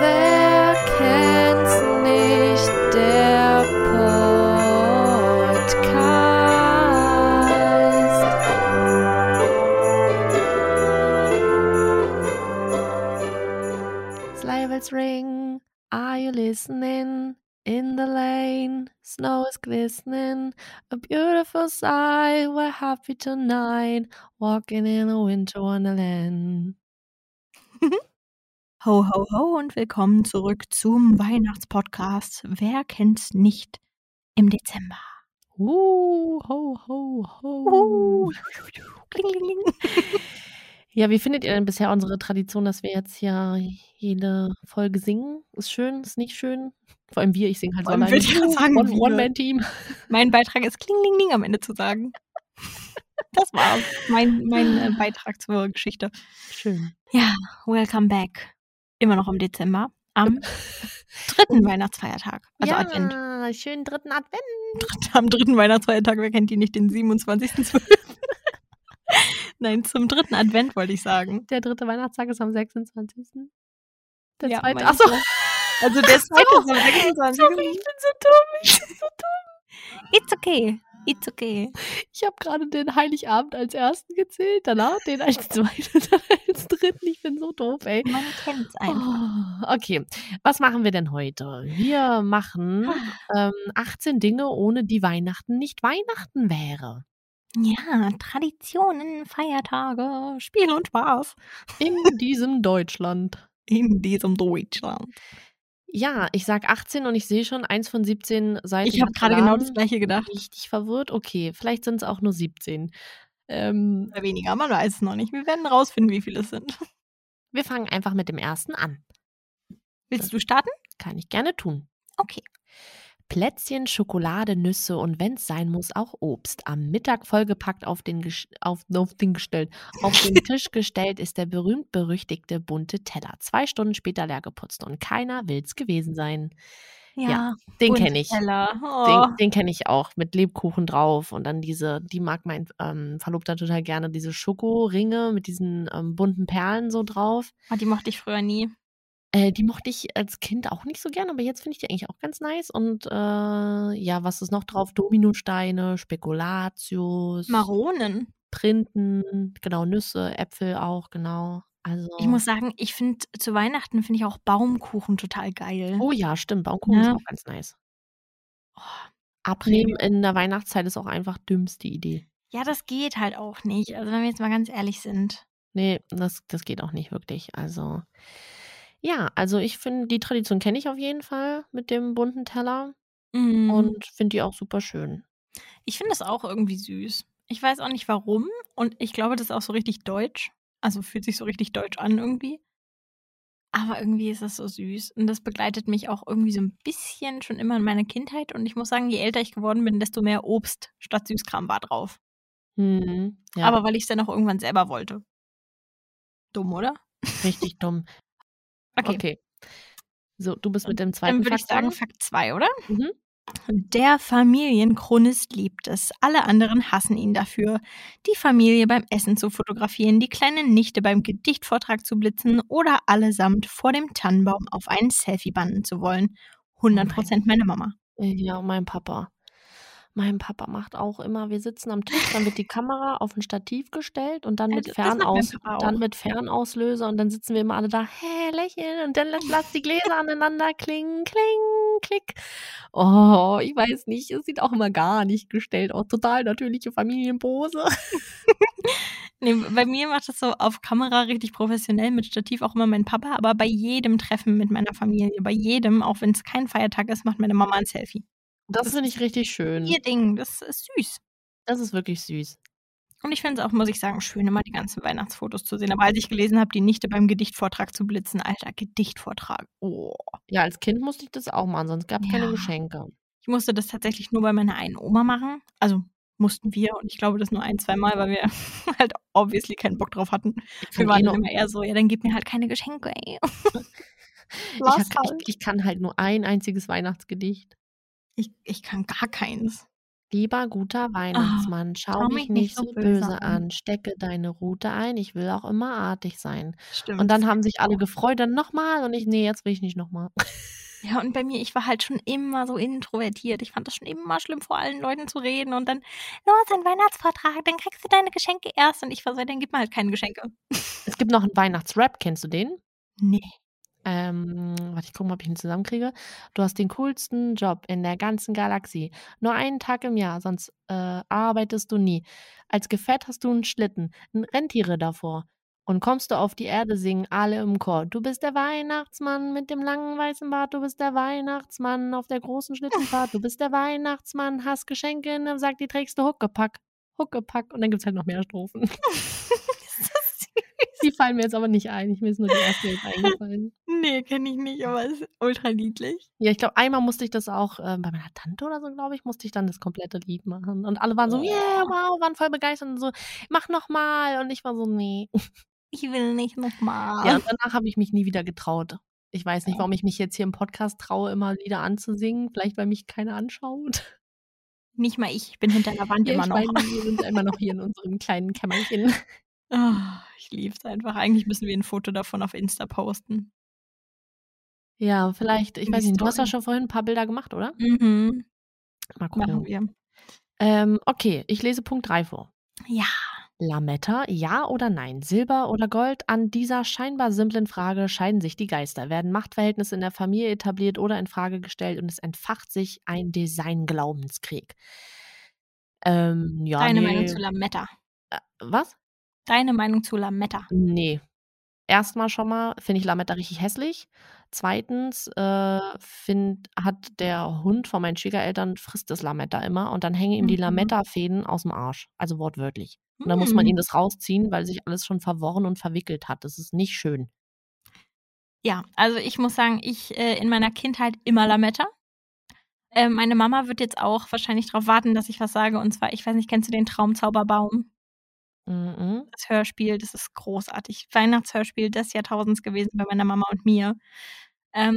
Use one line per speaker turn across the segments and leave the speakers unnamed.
Wer kennt's nicht? Der Podcast. Sleigh bells ring. Are you listening? In the lane, snow is glistening. A beautiful sight. We're happy tonight. Walking in a winter wonderland.
Ho, ho, ho und willkommen zurück zum Weihnachtspodcast. Wer kennt's nicht im Dezember?
Uh, ho, ho, ho.
Uh. Kling, kling, kling.
Ja, wie findet ihr denn bisher unsere Tradition, dass wir jetzt hier jede Folge singen? Ist schön, ist nicht schön? Vor allem wir, ich singe halt so
Vor allem
alleine.
würde ich ja sagen,
One-
wir.
One-Man-Team.
Mein Beitrag ist Klinglingling am Ende zu sagen. Das war's. Mein, mein äh, Beitrag zur Geschichte.
schön.
Welcome back. Immer noch im Dezember. Am dritten Weihnachtsfeiertag. Also
ja,
Advent.
schönen dritten Advent.
Am dritten Weihnachtsfeiertag, wer kennt die nicht, den 27.12. Nein, zum dritten Advent wollte ich sagen.
Der dritte Weihnachtstag ist am 26. Der
Ja,
zweite.
meine ich
Achso,
Also der zweite ist am 26.
sorry, ich bin so dumm. Ich,
It's okay. It's okay.
ich habe gerade den Heiligabend als ersten gezählt, danach den als zweiten, dann als dritten. Ich bin so doof, ey.
Man kennt's einfach.
Oh, okay, was machen wir denn heute? Wir machen ähm, 18 Dinge, ohne die Weihnachten nicht Weihnachten wäre.
Ja, Traditionen, Feiertage, Spiel und Spaß.
In diesem Deutschland.
In diesem Deutschland.
Ja, ich sag 18 und ich sehe schon eins von 17 Seiten.
Ich habe gerade genau das
gleiche
gleiche gedacht.
Richtig verwirrt. Okay, vielleicht sind es auch nur 17. Ähm,
Oder weniger, man weiß es noch nicht. Wir werden rausfinden, wie viele es sind.
wir fangen einfach mit dem ersten an.
Willst du starten?
Kann ich gerne tun.
Okay.
Plätzchen, Schokolade, Nüsse und wenn's sein muss, auch Obst. Am Mittag vollgepackt auf den, Gesch- auf, auf den gestellt. Auf den Tisch gestellt ist der berühmt-berüchtigte bunte Teller. Zwei Stunden später leer geputzt und keiner will's gewesen sein. Ja, Den
und
kenne ich.
Teller. Oh.
Den, den kenne ich auch mit Lebkuchen drauf und dann diese, die mag mein ähm, Verlobter total gerne, diese Schokoringe mit diesen ähm, bunten Perlen so drauf.
Oh, die mochte ich früher nie.
Äh, die mochte ich als Kind auch nicht so gern, aber jetzt finde ich die eigentlich auch ganz nice. Und äh, ja, was ist noch drauf? Dominosteine, Spekulatius,
Maronen.
Printen, genau, Nüsse, Äpfel auch, genau. Also.
Ich muss sagen, ich finde zu Weihnachten finde ich auch Baumkuchen total geil. Oh.
oh ja, stimmt, Baumkuchen
Ja.
ist auch ganz nice. Abnehmen in der Weihnachtszeit ist auch einfach dümmste Idee.
Ja, das geht halt auch nicht. Also wenn wir jetzt mal ganz ehrlich sind.
Nee, Ne, das, das geht auch nicht wirklich. Also. Ja, also ich finde, die Tradition kenne ich auf jeden Fall mit dem bunten Teller
Und
und finde die auch super schön.
ich finde das auch irgendwie süß. Ich weiß auch nicht warum. Und ich glaube, das ist auch so richtig deutsch. Also fühlt sich so richtig deutsch an irgendwie. Aber irgendwie ist das so süß. Und das begleitet mich auch irgendwie so ein bisschen schon immer in meiner Kindheit. Und ich muss sagen, je älter ich geworden bin, desto mehr Obst statt Süßkram war drauf.
Mhm, ja.
Aber weil ich es dann auch irgendwann selber wollte. Dumm, oder?
Richtig dumm. Okay. So, du bist mit dem zweiten
Dann würde ich
Fakt dran.
sagen, Fakt 2, oder?
Mhm.
Der Familienchronist liebt es. Alle anderen hassen ihn dafür. Die Familie beim Essen zu fotografieren, die kleine Nichte beim Gedichtvortrag zu blitzen oder allesamt vor dem Tannenbaum auf einen Selfie banden zu wollen. 100% meine Mama.
Ja, mein Papa. Mein Papa macht auch immer, wir sitzen am Tisch, dann wird die Kamera auf ein Stativ gestellt und dann
Ja,
mit,
Äh, das- das macht mein
Fernaus
Papa auch.
dann mit Fernauslöser und dann sitzen wir immer alle da, hä, lächeln und dann lass, lass die Gläser aneinander klingen, kling, klick. Oh, ich weiß nicht, es sieht auch immer gar nicht gestellt aus. Total natürliche Familienpose.
Nee, bei mir macht das so auf Kamera richtig professionell mit Stativ auch immer mein Papa, aber bei jedem Treffen mit meiner Familie, bei jedem, auch wenn es kein Feiertag ist, macht meine Mama ein Selfie.
Das
Das
finde ich richtig schön.
Ihr Ding, das ist süß.
Das ist wirklich süß.
Und ich finde es auch, muss ich sagen, schön, immer die ganzen Weihnachtsfotos zu sehen. Aber als ich gelesen habe, die Nichte beim Gedichtvortrag zu blitzen, alter, Gedichtvortrag. Oh.
Ja, als Kind musste ich das auch machen, sonst gab es keine
Ja.
Geschenke.
Ich musste das tatsächlich nur bei meiner einen Oma machen. Also mussten wir und ich glaube das nur ein, zwei Mal, weil wir halt obviously keinen Bock drauf hatten.
Ich kann
Wir
eh
waren
nur
dann immer eher so, ja, dann gib mir halt keine Geschenke, ey.
Ich,
Lass
hab-
halt.
ich, ich kann halt nur ein einziges Weihnachtsgedicht.
Ich, ich kann gar keins.
Lieber guter Weihnachtsmann, schau mich
schau Ah, mich nicht
nicht
so
so
böse
böse
an.
an, stecke deine Rute ein, ich will auch immer artig sein.
Stimmt.
Und
das
dann haben
kenn
sich
ich
alle
auch.
gefreut, dann nochmal und ich, nee, jetzt will ich nicht nochmal.
Ja, und bei mir, ich war halt schon immer so introvertiert. Ich fand das schon immer schlimm, vor allen Leuten zu reden und dann, los, ein Weihnachtsvortrag, dann kriegst du deine Geschenke erst. Und ich war so, dann gib mir halt keine Geschenke.
Es gibt noch einen Weihnachtsrap, kennst du den?
Nee.
Ähm, warte, ich gucke mal, ob ich ihn zusammenkriege. Du hast den coolsten Job in der ganzen Galaxie. Nur einen Tag im Jahr, sonst äh, arbeitest du nie. Als Gefährt hast du einen Schlitten, ein Rentiere davor. Und kommst du auf die Erde, singen alle im Chor. Du bist der Weihnachtsmann mit dem langen weißen Bart. Du bist der Weihnachtsmann auf der großen Schlittenfahrt. Du bist der Weihnachtsmann, hast Geschenke in dem Sack, die trägst du Huckepack. Huckepack. Und dann gibt es halt noch mehr Strophen.
Ist das süß?
Die fallen mir jetzt aber nicht ein. Ich, mir ist nur die erste jetzt eingefallen.
Nee, kenne ich nicht, aber ist ultra niedlich.
Ja, ich glaube, einmal musste ich das auch äh, bei meiner Tante oder so, glaube ich, musste ich dann das komplette Lied machen. Und alle waren so, yeah,
Oh,
wow, waren voll begeistert und so, mach nochmal. Und ich war so, nee.
ich will nicht
Ja,
nochmal.
und danach habe ich mich nie wieder getraut. Ich weiß nicht, warum ich mich jetzt hier im Podcast traue, immer Lieder anzusingen. Vielleicht, weil mich keiner anschaut.
Nicht mal ich, ich bin hinter einer Wand
Ja,
immer
ich
noch.
meine, wir sind immer noch hier in unserem kleinen Kämmerchen.
Ah, ich liebe es einfach. Eigentlich müssen wir ein Foto davon auf Insta posten.
Ja, vielleicht, ich
In die
weiß nicht, du hast ja
Story.
schon vorhin ein paar Bilder gemacht, oder?
Mhm.
Mal
Machen
gucken.
wir.
Ähm, okay, ich lese Punkt 3 vor.
Ja.
Lametta, ja oder nein? Silber oder Gold? An dieser scheinbar simplen Frage scheiden sich die Geister. Werden Machtverhältnisse in der Familie etabliert oder in Frage gestellt und es entfacht sich ein Design-Glaubenskrieg? Ähm, ja,
Deine Meinung
nee.
zu Lametta.
Was?
Deine Meinung zu Lametta.
Nee. Erstmal schon mal finde ich Lametta richtig hässlich. Zweitens äh, find, hat der Hund von meinen Schwiegereltern frisst das Lametta immer und dann hängen ihm die
Mhm.
Lametta-Fäden aus dem Arsch. Also wortwörtlich. Und dann muss man
Hm.
ihm das rausziehen, weil sich alles schon verworren und verwickelt hat. Das ist nicht schön.
Ja, also ich muss sagen, ich äh, in meiner Kindheit immer Lametta. Äh, meine Mama wird jetzt auch wahrscheinlich darauf warten, dass ich was sage. Und zwar, ich weiß nicht, kennst du den Traumzauberbaum?
Mhm.
Das Hörspiel, das ist großartig. Weihnachtshörspiel des Jahrtausends gewesen bei meiner Mama und mir. Ähm,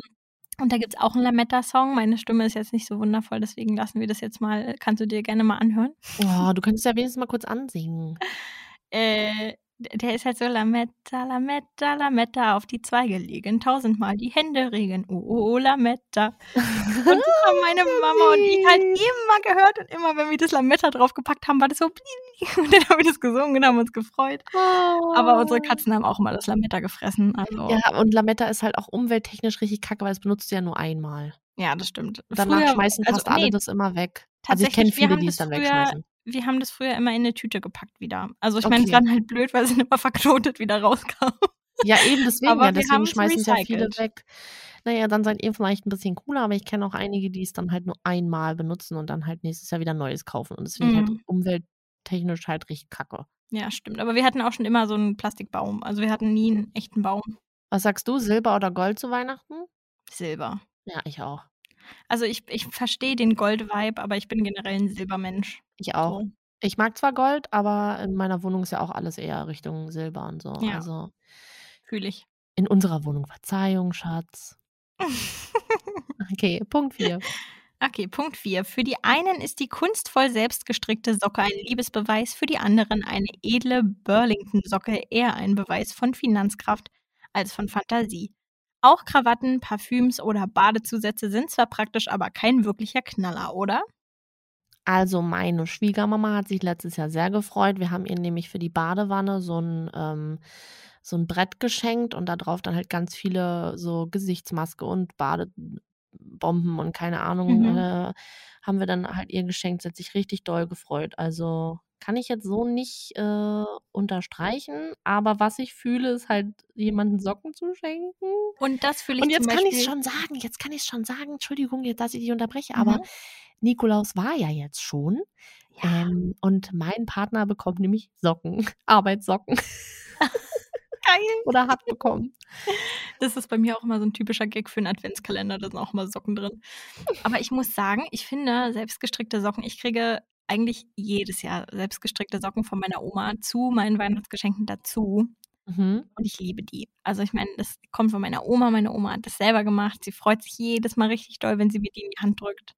und da gibt es auch einen Lametta-Song. Meine Stimme ist jetzt nicht so wundervoll, deswegen lassen wir das jetzt mal, kannst du dir gerne mal anhören.
Oh, du könntest ja wenigstens mal kurz ansingen.
Äh, d- der ist halt so Lametta, Lametta, Lametta, auf die Zweige liegen, tausendmal die Hände regen, oh, oh, oh Lametta. Und das haben meine Mama und ich halt
Wie Ah, süß.
immer gehört und immer, wenn wir das Lametta draufgepackt haben, war das so blieb. und dann haben wir das gesungen und haben uns gefreut. Aber unsere
Oh.
Katzen haben auch immer das Lametta gefressen, also
Ja, und Lametta ist halt auch umwelttechnisch richtig kacke, weil es benutzt du ja nur einmal.
ja, das stimmt.
Danach
Früher,
schmeißen
also
fast alle
nee,
das immer weg. Also ich kenne
tatsächlich, wir
viele,
haben
die es
das
dann
früher,
wegschmeißen.
wir haben das früher immer in eine Tüte gepackt wieder. Also ich meine, es
Okay.
waren halt blöd, weil es immer verknotet wieder rauskam.
Ja, eben deswegen, ja,
Aber wir
deswegen
haben es
schmeißen es ja viele
recycelt.
weg. Naja, dann seid ihr vielleicht ein bisschen cooler, aber ich kenne auch einige, die es dann halt nur einmal benutzen und dann halt nächstes Jahr wieder Neues kaufen. Und das finde ich halt
Mm.
umwelttechnisch halt richtig kacke.
Ja, stimmt. Aber wir hatten auch schon immer so einen Plastikbaum. Also wir hatten nie einen echten Baum.
Was sagst du, Silber oder Gold zu Weihnachten?
Silber.
Ja, ich auch.
Also ich, ich verstehe den Gold-Vibe, aber ich bin generell ein Silbermensch.
Ich auch.
So.
Ich mag zwar Gold, aber in meiner Wohnung ist ja auch alles eher Richtung Silber und so.
Ja,
Also
fühle ich.
in unserer Wohnung. Verzeihung, Schatz. Okay, Punkt 4.
okay, Punkt 4. Für die einen ist die kunstvoll selbstgestrickte Socke ein Liebesbeweis, für die anderen eine edle Burlington-Socke eher ein Beweis von Finanzkraft als von Fantasie. Auch Krawatten, Parfüms oder Badezusätze sind zwar praktisch, aber kein wirklicher Knaller, oder?
Also meine Schwiegermama hat sich letztes Jahr sehr gefreut. Wir haben ihr nämlich für die Badewanne so ein, ähm, so ein Brett geschenkt und da drauf dann halt ganz viele so Gesichtsmaske und Badebomben und keine Ahnung,
Mhm.
äh, haben wir dann halt ihr geschenkt. Sie hat sich richtig doll gefreut. Also kann ich jetzt so nicht äh, unterstreichen, aber was ich fühle, ist halt jemanden Socken zu schenken.
Und das fühle
Und
ich zum
jetzt kann ich es
Beispiel.
schon sagen, jetzt kann ich es schon sagen. Entschuldigung, jetzt, dass ich dich unterbreche, aber
Mhm.
Nikolaus war ja jetzt schon.
Ja.
Ähm, und mein Partner bekommt nämlich Socken, Arbeitssocken
Geil.
oder hat bekommen.
Das ist bei mir auch immer so ein typischer Gag für einen Adventskalender, da sind auch immer Socken drin. Aber ich muss sagen, ich finde selbstgestrickte Socken, ich kriege eigentlich jedes Jahr selbstgestrickte Socken von meiner Oma zu meinen Weihnachtsgeschenken dazu.
Mhm.
Und ich liebe die. Also ich meine, das kommt von meiner Oma. Meine Oma hat das selber gemacht. Sie freut sich jedes Mal richtig doll, wenn sie mir die in die Hand drückt.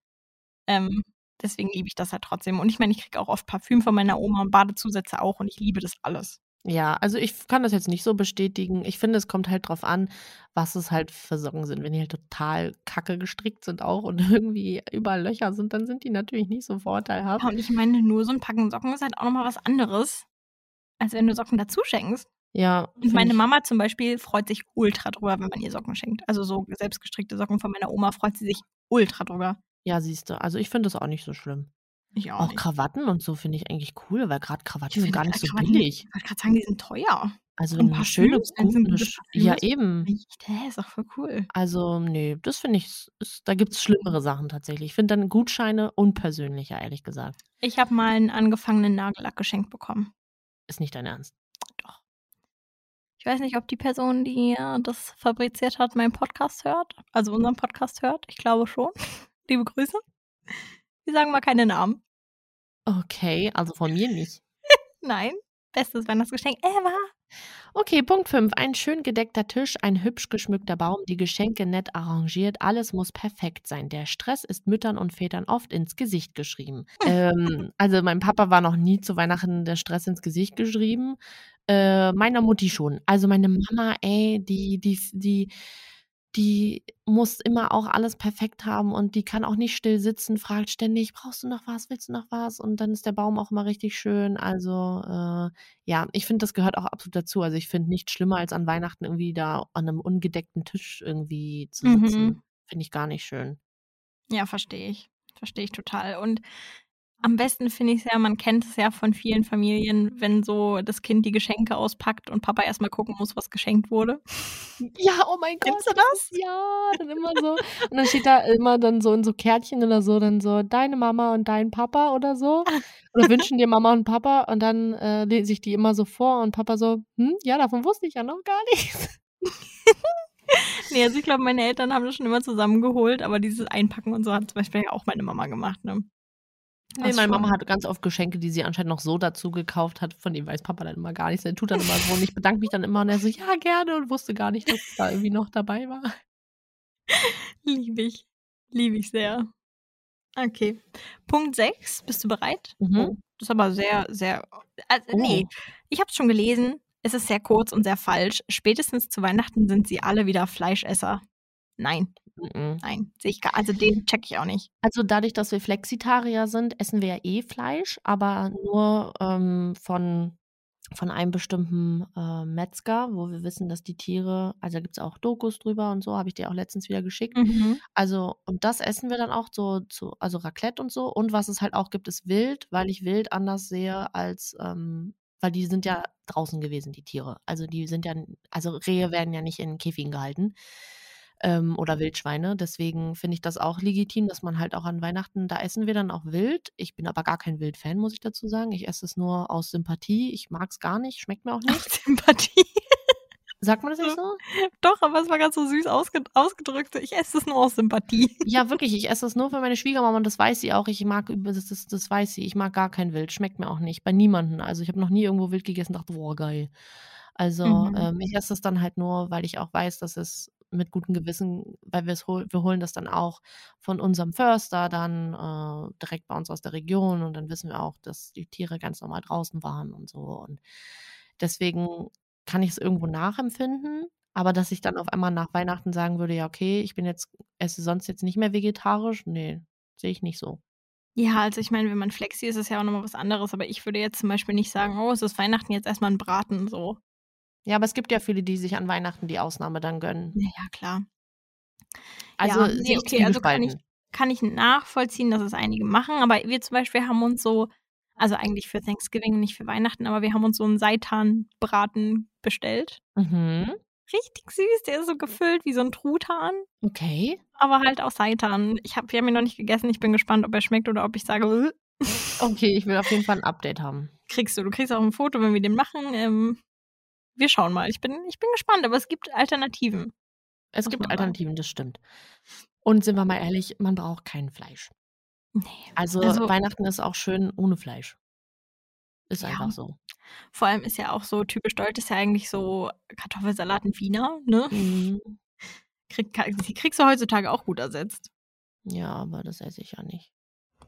Ähm, deswegen liebe ich das halt trotzdem. Und ich meine, ich kriege auch oft Parfüm von meiner Oma und Badezusätze auch und ich liebe das alles.
Ja, also ich kann das jetzt nicht so bestätigen. Ich finde, es kommt halt drauf an, was es halt für Socken sind. Wenn die halt total kacke gestrickt sind auch und irgendwie überall Löcher sind, dann sind die natürlich nicht so vorteilhaft.
Ja, und ich meine, nur so ein Packen Socken ist halt auch nochmal was anderes, als wenn du Socken dazu schenkst.
Ja,
Und
find
meine
ich-
Mama zum Beispiel freut sich ultra drüber, wenn man ihr Socken schenkt. Also so selbstgestrickte Socken von meiner Oma freut sie sich ultra drüber.
ja siehst du. Also ich finde das auch nicht so schlimm.
Ich auch.
Auch
nicht.
Krawatten und so finde ich eigentlich cool, weil gerade Krawatten
Ich
Oh sind
finde
gar nicht so
Krawatten-
billig.
Ich wollte gerade sagen, die sind teuer.
Also
und
wenn du eine schöne,
Parfüms, wenn sie ein
gute,
gutes
Sch- ja
Parfüm
eben.
Riecht, hä, ist doch voll cool.
Also, nee, das finde ich, s- ist, da gibt es schlimmere Sachen tatsächlich. Ich finde dann Gutscheine unpersönlicher, ehrlich gesagt.
Ich habe mal einen angefangenen Nagellack geschenkt bekommen.
Ist nicht dein Ernst.
Doch. Ich weiß nicht, ob die Person, die äh, das fabriziert hat, meinen Podcast hört. Also unseren Podcast hört. Ich glaube schon. Liebe Grüße. Wir sagen mal keine Namen.
Okay, also von mir nicht.
Nein. Bestes Weihnachtsgeschenk ever.
Okay, Punkt 5. Ein schön gedeckter Tisch, ein hübsch geschmückter Baum, die Geschenke nett arrangiert, alles muss perfekt sein. Der Stress ist Müttern und Vätern oft ins Gesicht geschrieben. Ähm, also, mein Papa war noch nie zu Weihnachten der Stress ins Gesicht geschrieben. Äh, meiner Mutti schon. Also, meine Mama, ey, die, die, die, die muss immer auch alles perfekt haben und die kann auch nicht still sitzen, fragt ständig, brauchst du noch was, willst du noch was? Und dann ist der Baum auch immer richtig schön. Also, äh, ja, ich finde, das gehört auch absolut dazu. Also ich finde nichts schlimmer, als an Weihnachten irgendwie da an einem ungedeckten Tisch irgendwie zu
Mhm.
sitzen. Finde ich gar nicht schön.
Ja, verstehe ich. Verstehe ich total. Und am besten finde ich es ja, man kennt es ja von vielen Familien, wenn so das Kind die Geschenke auspackt und Papa erstmal gucken muss, was geschenkt wurde.
Ja, oh mein
Kennst du
Gott, das? ist- Ja, dann immer so. Und dann steht da immer dann so in so Kärtchen oder so, dann so deine Mama und dein Papa oder so. Oder wünschen dir Mama und Papa und dann äh, lese ich die immer so vor und Papa so, hm, ja, davon wusste ich ja noch gar nichts.
Nee, also ich glaube, meine Eltern haben das schon immer zusammengeholt, aber dieses Einpacken und so hat zum Beispiel ja auch meine Mama gemacht. Ne?
Nee,
Das
meine
schon.
Mama hat ganz oft Geschenke, die sie anscheinend noch so dazu gekauft hat, von denen weiß Papa dann immer gar nichts. Er tut dann immer so und ich bedanke mich dann immer und er so, ja, gerne und wusste gar nicht, dass es da irgendwie noch dabei war.
Liebe ich. Liebe ich sehr. Okay. Punkt 6. Bist du bereit?
Mhm.
Oh, das ist aber sehr, sehr. Also,
Oh.
Nee, ich habe es schon gelesen. Es ist sehr kurz und sehr falsch. Spätestens zu Weihnachten sind sie alle wieder Fleischesser. Nein,
Mhm.
nein. Sehe ich gar. Also den check ich auch nicht.
Also dadurch, dass wir Flexitarier sind, essen wir ja eh Fleisch, aber nur ähm, von, von einem bestimmten äh, Metzger, wo wir wissen, dass die Tiere, also da gibt es auch Dokus drüber und so, habe ich dir auch letztens wieder geschickt.
Mhm.
Also, und das essen wir dann auch so, zu, also Raclette und so. Und was es halt auch gibt, ist Wild, weil ich Wild anders sehe als, ähm, weil die sind ja draußen gewesen, die Tiere. Also die sind ja, also Rehe werden ja nicht in Käfigen gehalten. Ähm, oder Wildschweine. Deswegen finde ich das auch legitim, dass man halt auch an Weihnachten, da essen wir dann auch wild. Ich bin aber gar kein Wild-Fan, muss ich dazu sagen. Ich esse es nur aus Sympathie. Ich mag es gar nicht, schmeckt mir auch nicht.
Auch Sympathie.
Sagt man das nicht
Ja.
so?
Doch, aber es war ganz so süß ausge ausgedrückt. Ich esse das nur aus Sympathie.
Ja, wirklich. Ich esse es nur für meine Schwiegermama und das weiß sie auch. Ich mag, üb- das, das, das weiß sie. Ich mag gar kein Wild. Schmeckt mir auch nicht. Bei niemandem. Also ich habe noch nie irgendwo wild gegessen und dachte, boah, geil. Also
Mhm.
ähm, ich esse es dann halt nur, weil ich auch weiß, dass es mit gutem Gewissen, weil wir es hol wir holen das dann auch von unserem Förster dann äh, direkt bei uns aus der Region und dann wissen wir auch, dass die Tiere ganz normal draußen waren und so. Und deswegen kann ich es irgendwo nachempfinden. Aber dass ich dann auf einmal nach Weihnachten sagen würde, ja, okay, ich bin jetzt esse sonst jetzt nicht mehr vegetarisch? Nee, sehe ich nicht so.
Ja, also ich meine, wenn man flexi ist, ist ja auch nochmal was anderes. Aber ich würde jetzt zum Beispiel nicht sagen, oh, es ist Weihnachten, jetzt erstmal ein Braten so.
Ja, aber es gibt ja viele, die sich an Weihnachten die Ausnahme dann gönnen.
Naja, klar.
Also
Ja,
sehe
nee,
ich
okay, also kann ich-
zwiegespalten.
kann ich nachvollziehen, dass es einige machen, aber wir zum Beispiel haben uns so, also eigentlich für Thanksgiving, nicht für Weihnachten, aber wir haben uns so einen Seitanbraten bestellt.
Mhm.
Richtig süß, der ist so gefüllt wie so ein Truthahn,
Okay.
aber halt auch Seitan. Ich hab, wir haben ihn noch nicht gegessen, ich bin gespannt, ob er schmeckt oder ob ich sage, "Ugh."
Okay, ich will auf jeden Fall ein Update haben.
kriegst du, du kriegst auch ein Foto, wenn wir den machen. Ähm, wir schauen mal, ich bin, ich bin gespannt, aber es gibt Alternativen.
Es
Muss
gibt
man sagen.
Alternativen, das stimmt. Und sind wir mal ehrlich, man braucht kein Fleisch.
Nee.
Also,
Also-
Weihnachten ist auch schön ohne Fleisch. Ist
Ja.
einfach so.
Vor allem ist ja auch so typisch deutsch, ist ja eigentlich so Kartoffelsalat in Wiener, ne?
Mhm.
Krieg, die kriegst du heutzutage auch gut ersetzt.
Ja, aber das esse ich ja nicht.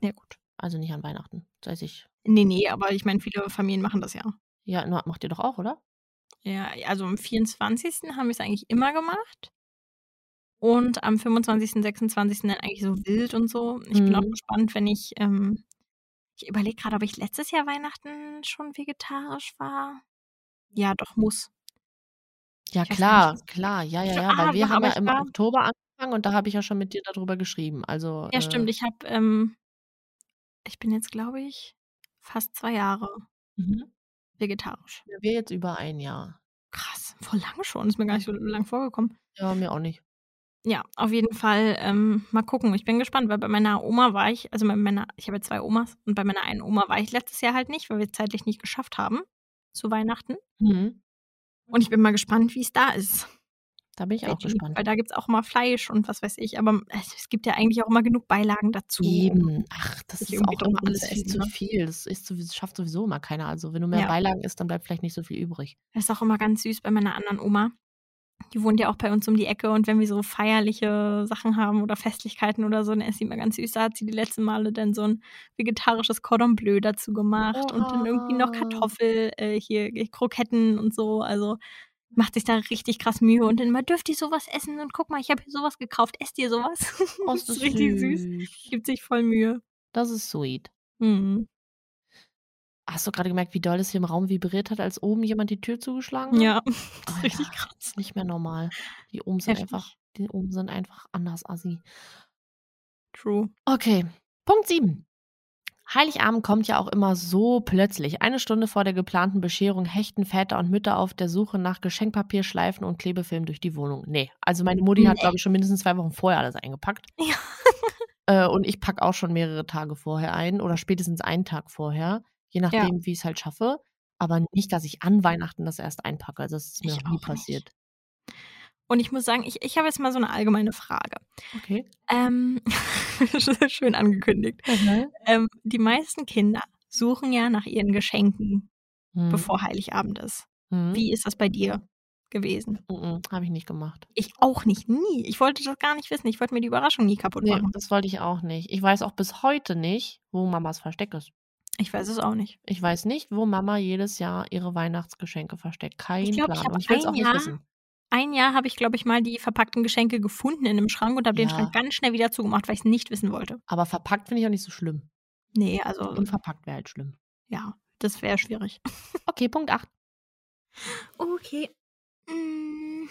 Ja, gut.
Also nicht an Weihnachten. Das weiß ich.
Nee, nee, aber ich meine, viele Familien machen das ja.
Ja, na, macht ihr doch auch, oder?
Ja, also am 24. haben wir es eigentlich immer gemacht. Und am 25., 26. dann eigentlich so wild und so. Ich bin
Mhm.
auch gespannt, wenn ich, ähm, ich überlege gerade, ob ich letztes Jahr Weihnachten schon vegetarisch war. Ja, doch muss.
Ja,
Ich weiß gar
klar,
nicht, was-
klar. Ja, ja,
Ich-
ja. Weil
ah,
wir
doch,
haben
aber
ja
ich
im
war-
Oktober angefangen und da habe ich ja schon mit dir darüber geschrieben. Also,
Ja,
äh,
stimmt. Ich habe, ähm, ich bin jetzt, glaube ich, fast zwei Jahre
mhm.
vegetarisch.
Ja, wir jetzt über ein Jahr.
Krass, voll lange schon. Ist mir gar nicht so lang vorgekommen.
Ja, mir auch nicht.
Ja, auf jeden Fall ähm, mal gucken. Ich bin gespannt, weil bei meiner Oma war ich, also bei meiner, ich habe ja zwei Omas und bei meiner einen Oma war ich letztes Jahr halt nicht, weil wir es zeitlich nicht geschafft haben zu Weihnachten.
Mhm.
Und ich bin mal gespannt, wie es da ist.
Da bin ich auch
Veggie,
gespannt.
Weil da gibt es auch immer Fleisch und was weiß ich. Aber es, es gibt ja eigentlich auch immer genug Beilagen dazu.
Eben. Ach, das
Nicht
ist
irgendwie
auch
doch mal
irgendwann
alles
ist viel
essen,
zu
ne?
viel. Das ist sowieso, schafft sowieso immer keiner. Also, wenn du mehr
Ja.
Beilagen isst, dann bleibt vielleicht nicht so viel übrig.
Das ist auch immer ganz süß bei meiner anderen Oma. Die wohnt ja auch bei uns um die Ecke und wenn wir so feierliche Sachen haben oder Festlichkeiten oder so, dann ist sie immer ganz süß. Da hat sie die letzten Male dann so ein vegetarisches Cordon Bleu dazu gemacht und dann irgendwie noch
Oha.
Kartoffel, äh, hier äh, Kroketten und so. Also macht sich da richtig krass Mühe und dann immer dürft ihr sowas essen und guck mal, ich habe hier sowas gekauft, esst ihr sowas?
Oh,
das ist richtig süß. Gibt sich voll Mühe.
Das ist sweet.
Mhm.
Hast du gerade gemerkt, wie doll es hier im Raum vibriert hat, als oben jemand die Tür zugeschlagen hat?
Ja, das ist richtig
Alter,
krass.
ist nicht mehr normal. Die oben sind
Heftig.
einfach, die oben sind einfach anders, Assi.
True.
Okay, Punkt 7. Heiligabend kommt ja auch immer so plötzlich. Eine Stunde vor der geplanten Bescherung hechten Väter und Mütter auf der Suche nach Geschenkpapier, Schleifen und Klebefilm durch die Wohnung. Nee, also meine Mutti hat,
Nee.
glaube ich, schon mindestens zwei Wochen vorher alles eingepackt.
Ja.
Äh, und ich packe auch schon mehrere Tage vorher ein oder spätestens einen Tag vorher, je nachdem, wie ich es halt schaffe. Aber nicht, dass ich an Weihnachten das erst einpacke. Also das ist mir
Ich
noch nie
auch nicht.
passiert.
Und ich muss sagen, ich, ich habe jetzt mal so eine allgemeine Frage.
Okay.
Ähm, schön angekündigt. Ähm, die meisten Kinder suchen ja nach ihren Geschenken,
Mhm.
bevor Heiligabend ist.
Mhm.
Wie ist das bei dir gewesen?
Mhm. Habe ich nicht gemacht.
Ich auch nicht, nie. Ich wollte das gar nicht wissen. Ich wollte mir die Überraschung nie kaputt
Nee,
machen.
Ne, das wollte ich auch nicht. Ich weiß auch bis heute nicht, wo Mamas Versteck ist.
Ich weiß es auch nicht.
Ich weiß nicht, wo Mama jedes Jahr ihre Weihnachtsgeschenke versteckt. Kein
glaub, ich
Plan.
hab
Und ich will es
ein
auch nicht
Jahr
wissen.
Ein Jahr habe ich, glaube ich, mal die verpackten Geschenke gefunden in einem Schrank und habe den
Ja.
Schrank ganz schnell wieder zugemacht, weil ich es nicht wissen wollte.
Aber verpackt finde ich auch nicht so schlimm.
Nee, also
Unverpackt wäre halt schlimm.
ja, das wäre schwierig.
Okay, Punkt 8.
Okay. Mm.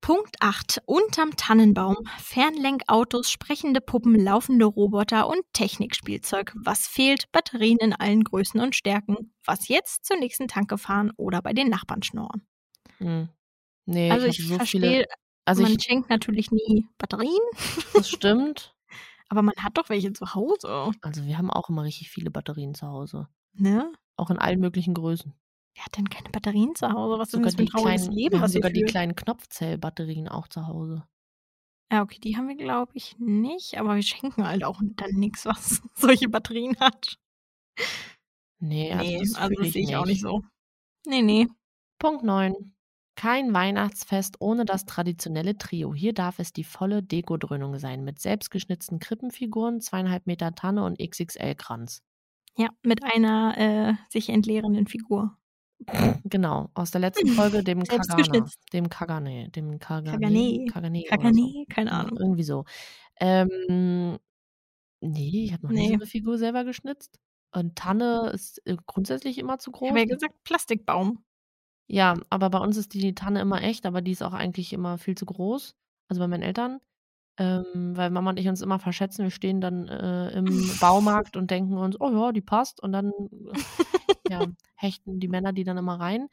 Punkt 8. Unterm Tannenbaum. Fernlenkautos, sprechende Puppen, laufende Roboter und Technikspielzeug. Was fehlt? Batterien in allen Größen und Stärken. Was jetzt? Zur nächsten Tanke fahren oder bei den Nachbarn schnorren.
Hm. Nee,
also
ich,
ich
hatte so
verstehe,
viele. Also
man
ich,
schenkt natürlich nie Batterien,
das stimmt.
aber man hat doch welche zu Hause.
Also wir haben auch immer richtig viele Batterien zu Hause.
Ne?
Auch in allen möglichen Größen.
Wer hat denn keine Batterien zu Hause? Was ist denn
Sogar
das für
die
ein trauriges
kleinen,
Leben,
wir haben
was wir
sogar die
führen?
kleinen Knopfzellbatterien auch zu Hause.
Ja, Ah, okay, die haben wir, glaube ich, nicht, aber wir schenken halt auch dann nichts, was solche Batterien hat.
Nee, also
nee,
das
also
fühle
das
ich
sehe ich
nicht.
auch nicht so. Nee, nee.
Punkt 9. Kein Weihnachtsfest ohne das traditionelle Trio. Hier darf es die volle Dekodröhnung sein mit selbstgeschnitzten Krippenfiguren, zweieinhalb Meter Tanne und XXL-Kranz.
Ja, mit einer äh, sich entleerenden Figur.
Genau, aus der letzten Folge, dem
Selbst
Kagana.
geschnitzt.
Dem Kagane. Dem Kagane.
Kagane.
Kagane oder so.
Kagane, Ah. keine
Ja,
Ahnung.
irgendwie so. Ähm, nee, ich habe noch nie so
Nee.
eine Figur selber geschnitzt. Und Tanne ist äh, grundsätzlich immer zu
Ich
groß.
habe ja gesagt, Plastikbaum.
Ja, aber bei uns ist die Tanne immer echt, aber die ist auch eigentlich immer viel zu groß. Also bei meinen Eltern. Ähm, weil Mama und ich uns immer verschätzen. Wir stehen dann äh, im Baumarkt und denken uns, oh ja, die passt. Und dann äh, ja, hechten die Männer die dann immer rein.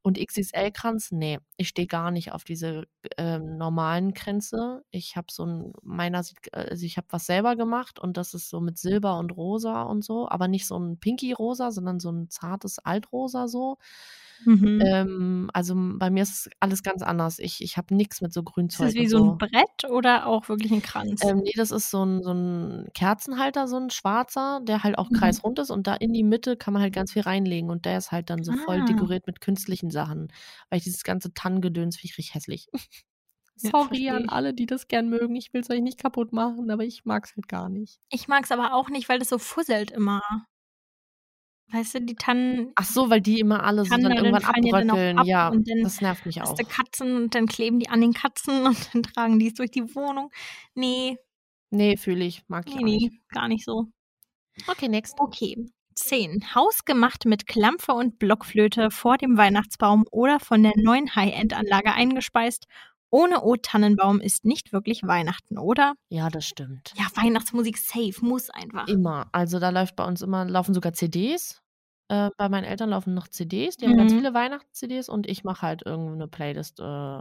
Und XXL-Kranz, nee, ich stehe gar nicht auf diese ähm, normalen Kränze. Ich habe so ein, meiner sieht, äh, also ich habe was selber gemacht und das ist so mit Silber und Rosa und so, aber nicht so ein Pinky-Rosa, sondern so ein zartes Altrosa so.
Mhm.
Ähm, also m- bei mir ist alles ganz anders. Ich, ich habe nichts mit so
ist das
Grünzeug
wie
und
so
so.
ein Brett oder auch wirklich ein Kranz?
Ähm, nee, das ist so ein, so ein Kerzenhalter, so ein schwarzer, der halt auch
Mhm.
kreisrund ist und da in die Mitte kann man halt ganz viel reinlegen und der ist halt dann so voll
Ah.
dekoriert mit künstlichen Sachen, weil ich dieses ganze Tannengedöns finde ich richtig hässlich.
Ja,
Sorry
verstehe
an
ich.
alle, die das gern mögen. Ich will es euch nicht kaputt machen, aber ich mag es halt gar nicht.
Ich mag es aber auch nicht, weil das so fusselt immer. Weißt du, die Tannen,
Ach so, weil die immer alle so dann
Tannennadeln
Also irgendwann
fallen ja dann auch
abbröckeln.
ab
Ja,
und dann
das nervt mich
hast
auch.
du Katzen und dann kleben die an den Katzen und dann tragen die es durch die Wohnung. Nee,
Nee, fühle ich. Mag ich
nee,
auch nicht.
nee, gar nicht so.
Okay, next.
Okay. 10. Hausgemacht mit Klampfe und Blockflöte vor dem Weihnachtsbaum oder von der neuen High-End-Anlage eingespeist. Ohne O-Tannenbaum ist nicht wirklich Weihnachten, oder?
Ja, das stimmt.
Ja, Weihnachtsmusik safe, muss einfach.
Immer. Also da läuft bei uns immer, laufen sogar CDs. Äh, bei meinen Eltern laufen noch CDs. Die haben ganz
Mhm.
viele Weihnachts-CDs und ich mache halt irgendeine Playlist äh,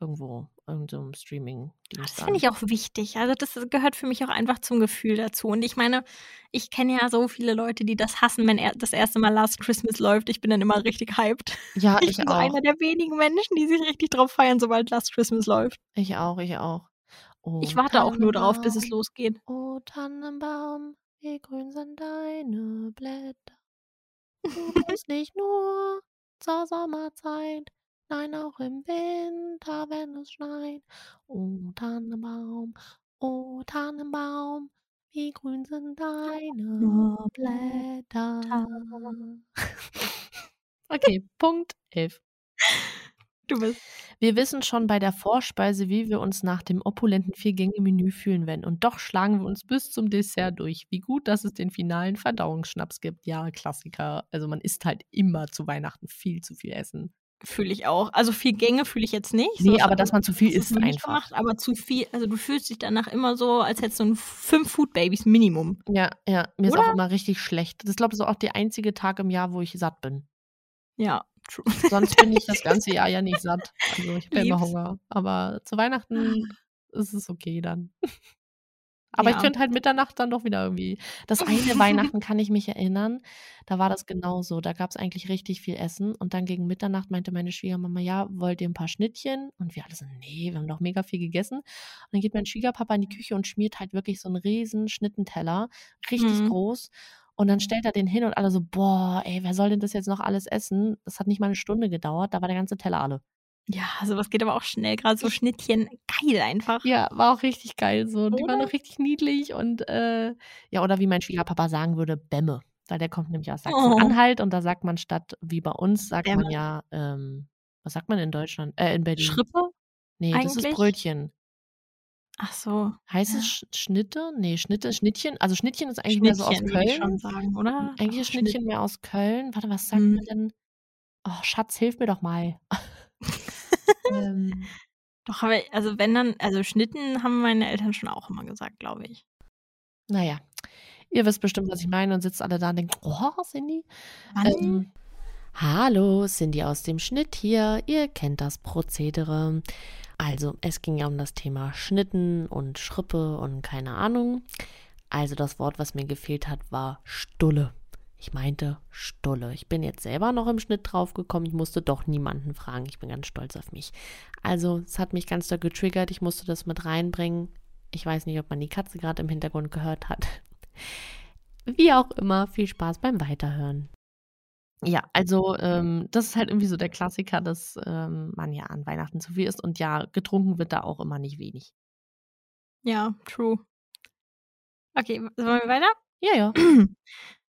irgendwo, irgendeinem Streaming-Dienst
Ah, Das finde
an.
ich auch wichtig. Also das gehört für mich auch einfach zum Gefühl dazu. Und ich meine, ich kenne ja so viele Leute, die das hassen, wenn er das erste Mal Last Christmas läuft. Ich bin dann immer richtig hyped.
Ja,
Ich
ich
bin so
auch.
einer der wenigen Menschen, die sich richtig drauf feiern, sobald Last Christmas läuft.
Ich auch, ich auch.
Ich
Oh,
warte auch nur drauf, bis es
Tannenbaum,
losgeht.
oh Tannenbaum, wie grün sind deine Blätter. Du blühst nicht nur zur Sommerzeit, nein, auch im Winter, wenn es schneit. Oh Tannenbaum, oh Tannenbaum, wie grün sind deine
Nur
Blätter.
Blätter.
Okay, Punkt 11.
Du bist.
Wir wissen schon bei der Vorspeise, wie wir uns nach dem opulenten Vier-Gänge-Menü fühlen werden. Und doch schlagen wir uns bis zum Dessert durch. Wie gut, dass es den finalen Verdauungsschnaps gibt. Ja, Klassiker. Also man isst halt immer zu Weihnachten viel zu viel Essen.
Fühle ich auch. Also viel Gänge fühle ich jetzt nicht.
Nee,
das
aber dass man zu viel
das ist
isst
noch nicht
einfach.
gemacht, aber zu viel. Also du fühlst dich danach immer so, als hättest du ein fünf Food Babys Minimum.
Ja, ja. Mir ist
Oder?
auch immer richtig schlecht. Das glaube ich, ist auch der einzige Tag im Jahr, wo ich satt bin.
Ja, true.
Sonst bin ich das ganze Jahr ja nicht satt. Also ich habe ja immer
Lieb's.
Hunger. Aber zu Weihnachten ist es okay dann. Aber ich
Ja.
könnte halt Mitternacht dann doch wieder irgendwie. Das eine Weihnachten kann ich mich erinnern. Da war das genauso. Da gab es eigentlich richtig viel Essen. Und dann gegen Mitternacht meinte meine Schwiegermama, ja, wollt ihr ein paar Schnittchen? Und wir alle so, nee, wir haben doch mega viel gegessen. Und dann geht mein Schwiegerpapa in die Küche und schmiert halt wirklich so einen riesen Schnittenteller. Richtig
Mhm.
groß. Und dann stellt er den hin und alle so, boah, ey, wer soll denn das jetzt noch alles essen? Das hat nicht mal eine Stunde gedauert. Da war der ganze Teller alle.
Ja, sowas geht aber auch schnell. Gerade so
Ich
Schnittchen, geil einfach.
Ja, war auch richtig geil so. Die waren
Oder?
auch richtig niedlich und äh, ja, oder wie mein Schwiegerpapa sagen würde, Bämme. Weil der kommt nämlich aus
Oh,
Sachsen-Anhalt und da sagt man statt, wie bei uns, sagt
Bämme.
man ja, ähm, was sagt man in Deutschland? Äh, in Berlin.
Schrippe
Nee, das ist
eigentlich? Ah.
Brötchen.
Ach so,
Heißt es
ja.
Sch Schnitte? Nee, Schnitte, Schnittchen. Also Schnittchen ist eigentlich mehr so aus
Schnittchen würde ich
Köln. Hm,
schon sagen, oder?
Eigentlich
Doch,
ist
Schnitt.
Schnittchen mehr aus Köln. Warte, was sagt man
Hm.
denn? Oh, Schatz, hilf mir doch mal. ähm,
Doch, aber also wenn dann, also Schnitten haben meine Eltern schon auch immer gesagt, glaube ich.
naja, ihr wisst bestimmt, was ich meine und sitzt alle da und denkt, oh, Cindy.
Wann?
Ähm, Hallo, Cindy aus dem Schnitt hier. Ihr kennt das Prozedere. Also, es ging ja um das Thema Schnitten und Schrippe und keine Ahnung. Also, das Wort, was mir gefehlt hat, war Stulle. Ich meinte Stulle. Ich bin jetzt selber noch im Schnitt draufgekommen. Ich musste doch niemanden fragen. Ich bin ganz stolz auf mich. Also, es hat mich ganz doll getriggert. Ich musste das mit reinbringen. Ich weiß nicht, ob man die Katze gerade im Hintergrund gehört hat. Wie auch immer, viel Spaß beim Weiterhören. Ja, also ähm, das ist halt irgendwie so der Klassiker, dass ähm, man ja an Weihnachten zu viel isst und ja, getrunken wird da auch immer nicht wenig.
Ja, true. Okay, w- wollen wir weiter?
Ja, ja.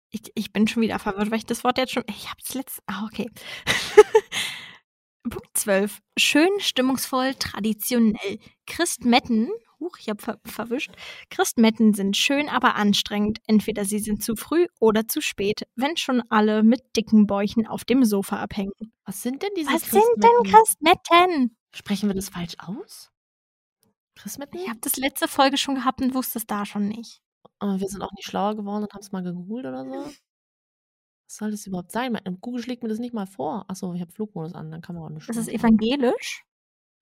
Ich, ich bin schon wieder verwirrt, weil ich das Wort jetzt schon. Ich habe es letztes. Ah, okay. Punkt 12. Schön, stimmungsvoll, traditionell. Christmetten. Huch, ich habe ver verwischt. Christmetten sind schön, aber anstrengend. Entweder sie sind zu früh oder zu spät, wenn schon alle mit dicken Bäuchen auf dem Sofa abhängen.
Was sind denn diese
Was sind denn
Christmetten?
Christmetten?
Sprechen wir das falsch aus? Christmetten?
Ich habe das letzte Folge schon gehabt und wusste es da schon nicht.
Äh, wir sind auch nicht schlauer geworden und haben es mal gegoogelt oder so. Was soll das überhaupt sein? Mein, ähm, Google schlägt mir das nicht mal vor. Achso, ich habe Flugmodus an, dann kann man auch nicht
Das ist
schauen.
evangelisch.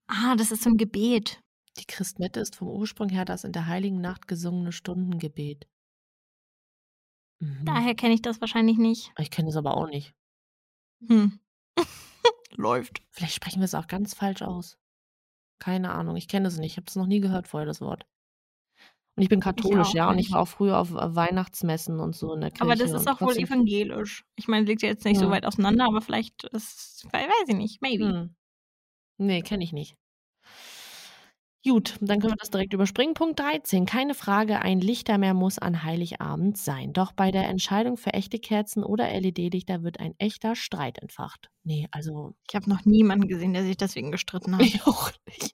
Ah, das ist so ein Gebet.
Die Christmette ist vom Ursprung her das in der heiligen Nacht gesungene Stundengebet. Mhm.
Daher kenne ich das wahrscheinlich nicht.
Ich kenne es aber auch nicht.
Hm. Läuft.
Vielleicht sprechen wir es auch ganz falsch aus. Keine Ahnung, ich kenne es nicht. Ich habe es noch nie gehört vorher, das Wort. Und ich bin
Ich
katholisch,
auch
ja, und ich
nicht.
war auch früher auf äh, Weihnachtsmessen und so in der
Aber das
Kirche
ist
und
auch wohl
trotzdem.
evangelisch. Ich meine, liegt ja jetzt nicht so
Ja.
weit auseinander, aber vielleicht ist, we- weiß ich nicht, maybe.
Hm. Nee, kenne ich nicht. Gut, dann können wir das direkt überspringen. Punkt 13. Keine Frage, ein Lichtermeer muss an Heiligabend sein. Doch bei der Entscheidung für echte Kerzen oder LED-Lichter wird ein echter Streit entfacht. Nee, also
Ich habe noch niemanden gesehen, der sich deswegen gestritten hat.
ich auch nicht.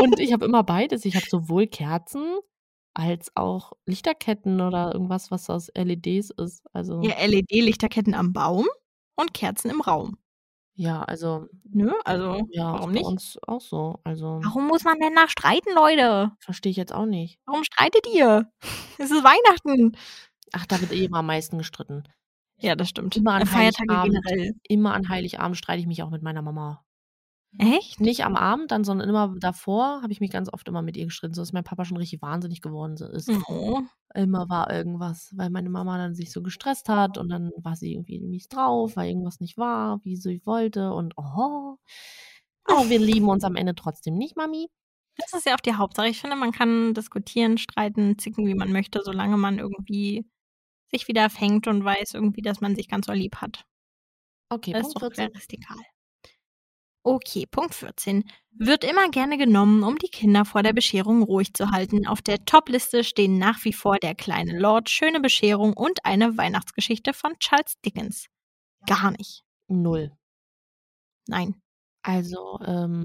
Und ich habe immer beides. Ich habe sowohl Kerzen als auch Lichterketten oder irgendwas, was aus LEDs ist. Also
Ja, LED-Lichterketten am Baum und Kerzen im Raum.
ja, also
Nö, also
ja,
warum
ist bei
nicht?
uns auch so. Also
Warum muss man denn nach streiten, Leute?
verstehe ich jetzt auch nicht.
Warum streitet ihr? Es ist Weihnachten.
Ach, da wird eh immer am meisten gestritten.
Ja, das stimmt.
Immer an
Äh, Feiertage
Heiligabend.
generell.
Immer an Heiligabend streite ich mich auch mit meiner Mama.
Echt?
Nicht am Abend dann, sondern immer davor habe ich mich ganz oft immer mit ihr gestritten, so dass mein Papa schon richtig wahnsinnig geworden so ist.
Oh.
Immer war irgendwas, weil meine Mama dann sich so gestresst hat und dann war sie irgendwie mies drauf, weil irgendwas nicht war, wie sie wollte und oho. Aber wir lieben uns am Ende trotzdem nicht, Mami.
Das ist ja auch die Hauptsache. Ich finde, man kann diskutieren, streiten, zicken, wie man möchte, solange man irgendwie sich wieder fängt und weiß irgendwie, dass man sich ganz so lieb hat.
Okay,
Das ist
Punkt
doch
14.
ganz egal. Okay, Punkt 14. Wird immer gerne genommen, um die Kinder vor der Bescherung ruhig zu halten. Auf der Top-Liste stehen nach wie vor der kleine Lord, schöne Bescherung und eine Weihnachtsgeschichte von Charles Dickens. Gar nicht.
Null.
Nein.
Also, ähm,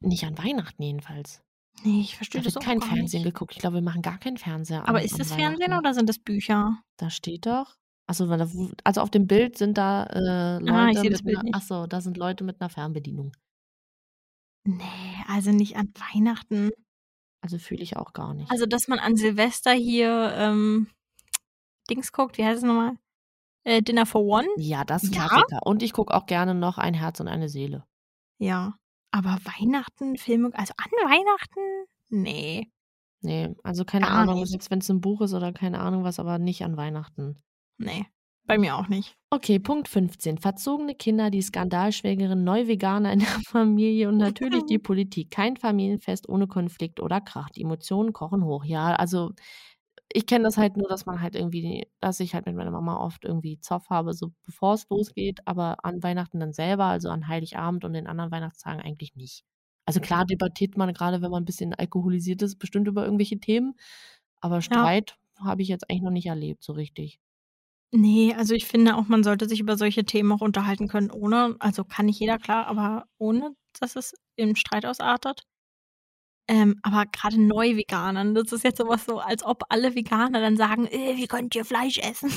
nicht an Weihnachten jedenfalls.
Nee, ich
Da
verstehe das
wird
auch
kein
gar
Fernsehen
nicht.
geguckt. Ich glaube, wir machen gar keinen Fernseher.
Aber
an-
ist
an
das Fernsehen
Weihnachten.
oder sind das Bücher?
Da steht doch. Also, weil da wu- also auf dem Bild sind da äh, Leute
Ah, ich sehe
mit
das Bild
einer,
nicht.
achso, da sind Leute mit einer Fernbedienung.
Nee, also nicht an Weihnachten.
Also fühle ich auch gar nicht.
Also, dass man an Silvester hier ähm, Dings guckt, wie heißt es nochmal? Äh, Dinner for One?
ja, das ist
Ja?
Klassiker. Und ich gucke auch gerne noch ein Herz und eine Seele.
Ja. Aber Weihnachten, Filme, also an Weihnachten? Nee.
Nee, also keine
Gar
Ahnung,
nicht.
selbst wenn es ein Buch ist oder keine Ahnung was, aber nicht an Weihnachten.
Nee. Bei mir auch nicht.
Okay, Punkt 15. Verzogene Kinder, die Skandalschwägerin, Neuveganer in der Familie und natürlich die Politik. Kein Familienfest ohne Konflikt oder Krach. Die Emotionen kochen hoch. Ja, also ich kenne das halt nur, dass man halt irgendwie, dass ich halt mit meiner Mama oft irgendwie Zoff habe, so bevor es losgeht, aber an Weihnachten dann selber, also an Heiligabend und den anderen Weihnachtstagen eigentlich nicht. Also klar debattiert man gerade, wenn man ein bisschen alkoholisiert ist, bestimmt über irgendwelche Themen, aber Streit habe ich jetzt eigentlich noch nicht erlebt, so richtig.
Nee, also ich finde auch, man sollte sich über solche Themen auch unterhalten können, ohne, also kann nicht jeder, klar, aber ohne, dass es im Streit ausartet. Ähm, aber gerade neu Veganern, das ist jetzt sowas so, als ob alle Veganer dann sagen, äh, wie könnt ihr Fleisch essen?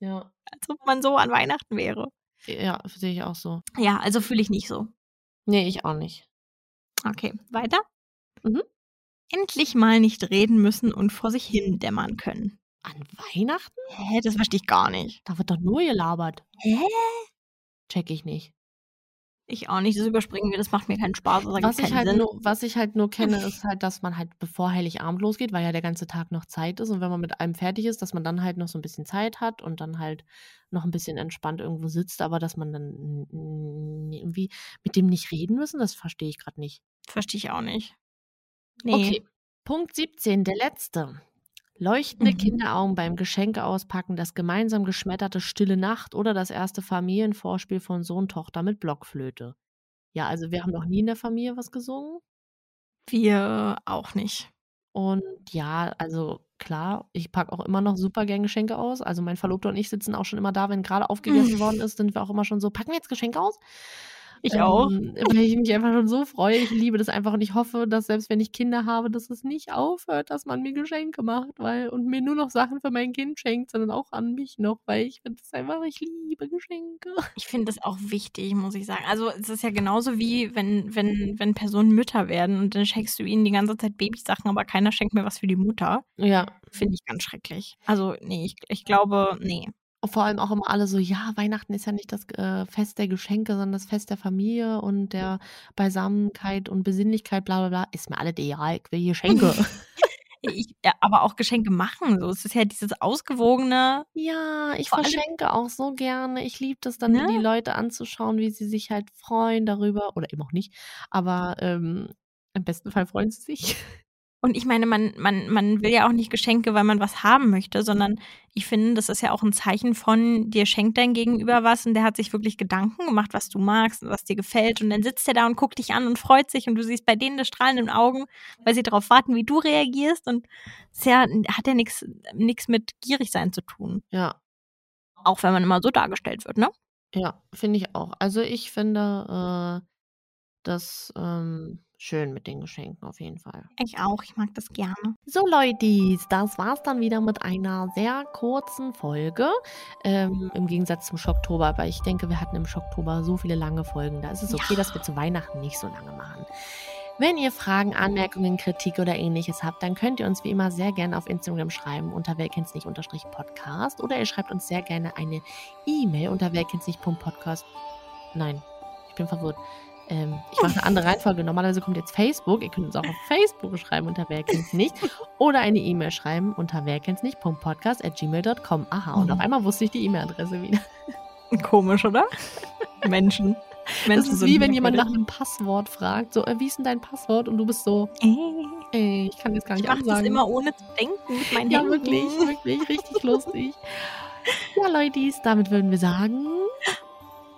Ja.
als ob man so an Weihnachten wäre.
Ja, sehe ich auch so.
Ja, also fühle ich nicht so.
Nee, Ne, ich auch nicht.
Okay, weiter?
Mhm.
Endlich mal nicht reden müssen und vor sich hin dämmern können.
An Weihnachten?
Hä, das verstehe ich gar nicht.
Da wird doch nur gelabert.
Hä?
Check ich nicht.
Ich auch nicht, das überspringen wir, das macht mir keinen Spaß. Das
Was ich,
keinen
halt
Sinn.
nur, was ich halt nur kenne, ist halt, dass man halt bevor Heiligabend losgeht, weil ja der ganze Tag noch Zeit ist und wenn man mit allem fertig ist, dass man dann halt noch so ein bisschen Zeit hat und dann halt noch ein bisschen entspannt irgendwo sitzt, aber dass man dann mm, irgendwie mit dem nicht reden müssen, das verstehe ich gerade nicht.
Verstehe ich auch nicht. Nee.
Okay. Punkt 17, der letzte. Leuchtende
Mhm.
Kinderaugen beim Geschenke auspacken, das gemeinsam geschmetterte Stille Nacht oder das erste Familienvorspiel von Sohn, Tochter mit Blockflöte. Ja, also wir haben noch nie in der Familie was gesungen.
Wir auch nicht.
Und ja, also klar, ich packe auch immer noch super gern Geschenke aus. Also mein Verlobter und ich sitzen auch schon immer da, wenn gerade aufgegessen
Mhm.
worden ist, sind wir auch immer schon so, packen wir jetzt Geschenke aus?
Ich auch.
Ähm, weil ich mich einfach schon so freue. Ich liebe das einfach und ich hoffe, dass selbst wenn ich Kinder habe, dass es nicht aufhört, dass man mir Geschenke macht, weil und mir nur noch Sachen für mein Kind schenkt, sondern auch an mich noch, weil ich finde es einfach, ich liebe Geschenke.
Ich finde das auch wichtig, muss ich sagen. Also es ist ja genauso wie, wenn, wenn, wenn Personen Mütter werden und dann schenkst du ihnen die ganze Zeit Babysachen, aber keiner schenkt mir was für die Mutter.
Ja.
Finde ich ganz schrecklich. Also, nee, ich, ich glaube, nee.
Und vor allem auch immer alle so, ja, Weihnachten ist ja nicht das äh, Fest der Geschenke, sondern das Fest der Familie und der Beisammenkeit und Besinnlichkeit, bla bla bla. Ist mir alle egal, ich will Geschenke.
Ich, ja, aber auch Geschenke machen. So, es ist ja dieses ausgewogene.
ja, ich
Vor allem-
verschenke auch so gerne. Ich liebe das dann,
Ne?
die Leute anzuschauen, wie sie sich halt freuen darüber. Oder eben auch nicht. Aber ähm, im besten Fall freuen sie sich.
Und ich meine, man, man, man will ja auch nicht Geschenke, weil man was haben möchte, sondern ich finde, das ist ja auch ein Zeichen von, dir schenkt dein Gegenüber was und der hat sich wirklich Gedanken gemacht, was du magst und was dir gefällt. Und dann sitzt er da und guckt dich an und freut sich und du siehst bei denen das Strahlen in den Augen, weil sie darauf warten, wie du reagierst. Und es ja, hat ja nichts nichts mit gierig sein zu tun.
Ja,
Auch wenn man immer so dargestellt wird, ne?
ja, finde ich auch. Also ich finde äh, das ähm, schön mit den Geschenken auf jeden Fall.
Ich auch, ich mag das gerne.
So Leutis, das war's dann wieder mit einer sehr kurzen Folge. Ähm, Im Gegensatz zum Schocktober, aber ich denke, wir hatten im Schocktober so viele lange Folgen. Da ist es
Ja.
okay, dass wir zu Weihnachten nicht so lange machen. Wenn ihr Fragen, Anmerkungen, Kritik oder ähnliches habt, dann könnt ihr uns wie immer sehr gerne auf Instagram schreiben unter welkensnicht-podcast oder ihr schreibt uns sehr gerne eine E-Mail unter welkensnicht.podcast. Nein, ich bin verwirrt. Ähm, ich mache eine andere Reihenfolge. Normalerweise kommt jetzt Facebook. Ihr könnt uns auch auf Facebook schreiben unter welkensnicht oder eine E-Mail schreiben unter welkensnicht.podcast.gmail.com. Aha, und
Mhm.
auf einmal wusste ich die E-Mail-Adresse wieder.
Komisch, oder? Menschen.
Das
Menschen
ist
sind
wie wenn jemand nach
merkwürdig.
einem Passwort fragt, so, äh, wie ist denn dein Passwort? Und du bist so,
Äh,
ey, ich kann jetzt gar
Ich
nicht
mache das
ansagen.
immer ohne zu denken mit meinen
Ja,
Händen.
wirklich, wirklich, richtig lustig. Ja, Leutis, damit würden wir sagen,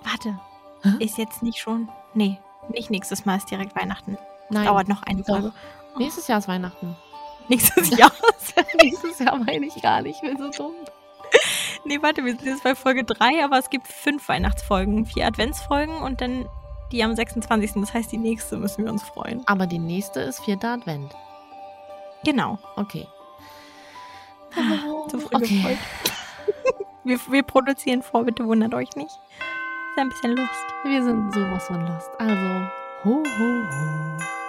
Warte,
Hä?
ist jetzt nicht schon. Nee, nicht nächstes Mal ist direkt Weihnachten.
nein,
Dauert noch eine
Doch.
Folge.
nächstes Jahr ist Weihnachten.
Nächstes Jahr.
Nächstes Jahr meine ich gar nicht, ich bin so dumm.
Nee, warte, wir sind jetzt bei Folge 3, aber es gibt fünf Weihnachtsfolgen, vier Adventsfolgen und dann die am 26. Das heißt, die nächste müssen wir uns freuen.
Aber die nächste ist vierter Advent.
Genau.
Okay. Ah,
So früh
Okay.
gefreut. Wir, wir produzieren vor, bitte wundert euch nicht. Ist ein bisschen Lust.
Wir sind sowas von lost. Also, ho, ho, ho.